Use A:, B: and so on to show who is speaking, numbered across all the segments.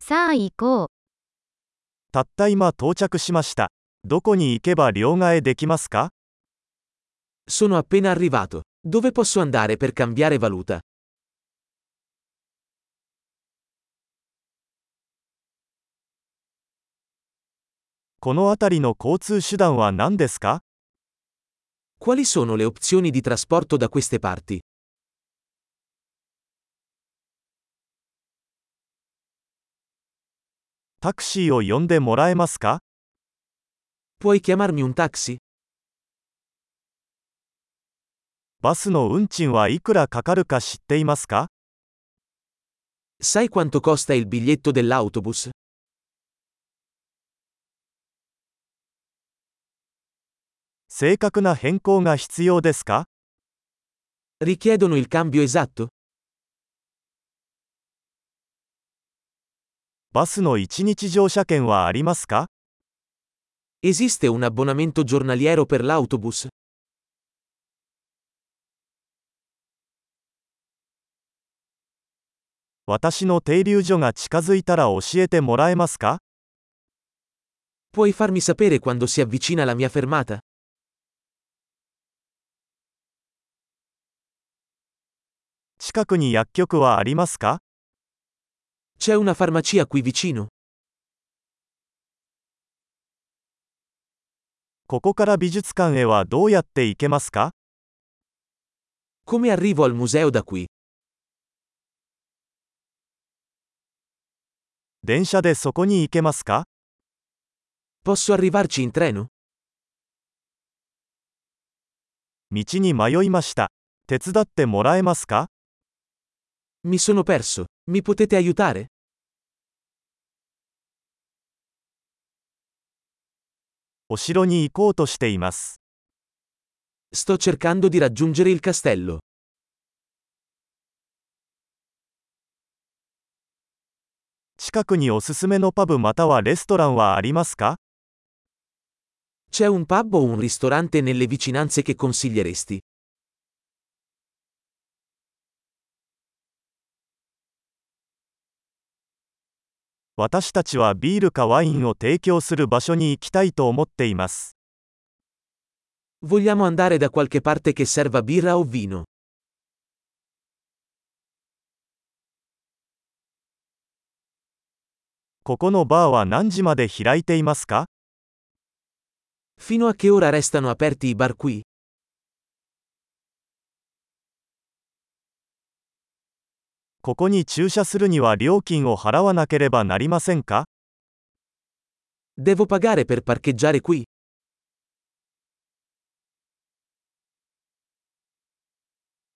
A: さあ行こう。
B: たった今到着しました。どこに行けば両替できますか
C: Sono appena arrivato. Dove posso andare per cambiare valuta?
B: この辺りの交通手段は何ですか
C: Quali sono le opzioni di trasporto da queste parti?
B: タクシーを呼んでもらえますか
C: Puoi chiamarmi un taxi?
B: バスの運賃はいくらかかるか知っていますか
C: Sai quanto costa il biglietto dell'autobus?
B: 正確な変更が必要ですか
C: Richiedono il cambio esatto?
B: バスの1日乗車券はありますか
C: Esiste un abbonamento giornaliero per l'autobus?
B: 私の停留所が近づいたら教えてもらえますか
C: Puoi farmi sapere quando si avvicina la mia fermata?
B: 近くに薬局はありますか
C: C'è una farmacia qui vicino?
B: ここから美術館へはどうやって行けますか
C: Come arrivo al museo da qui?
B: 電車でそこに行けますか
C: Posso arrivarci in treno?
B: 道に迷いました。手伝ってもらえますか
C: Mi sono perso. Mi potete aiutare?
B: お城に行こうとしています。
C: Sto cercando di raggiungere il castello.
B: 近くにおすすめのパブまたはレストランはありますか
C: C'è un pub o un ristorante nelle vicinanze che consiglieresti?
B: 私たちはビールかワインを提供する場所に行きたいと思っています。
C: Vogliamo andare da qualche parte che serva birra o vino?
B: ここのバーは何時まで開いていますか
C: Fino a che ora restano aperti i bar qui?
B: ここに駐車するには料金を払わなければなりませんか
C: Devo pagare per parcheggiare qui?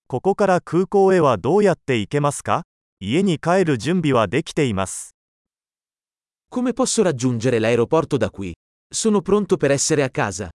B: ここから空港へはどうやって行けますか家に帰る準備はできています。
C: Come posso raggiungere l'aeroporto da qui? Sono pronto per essere a casa.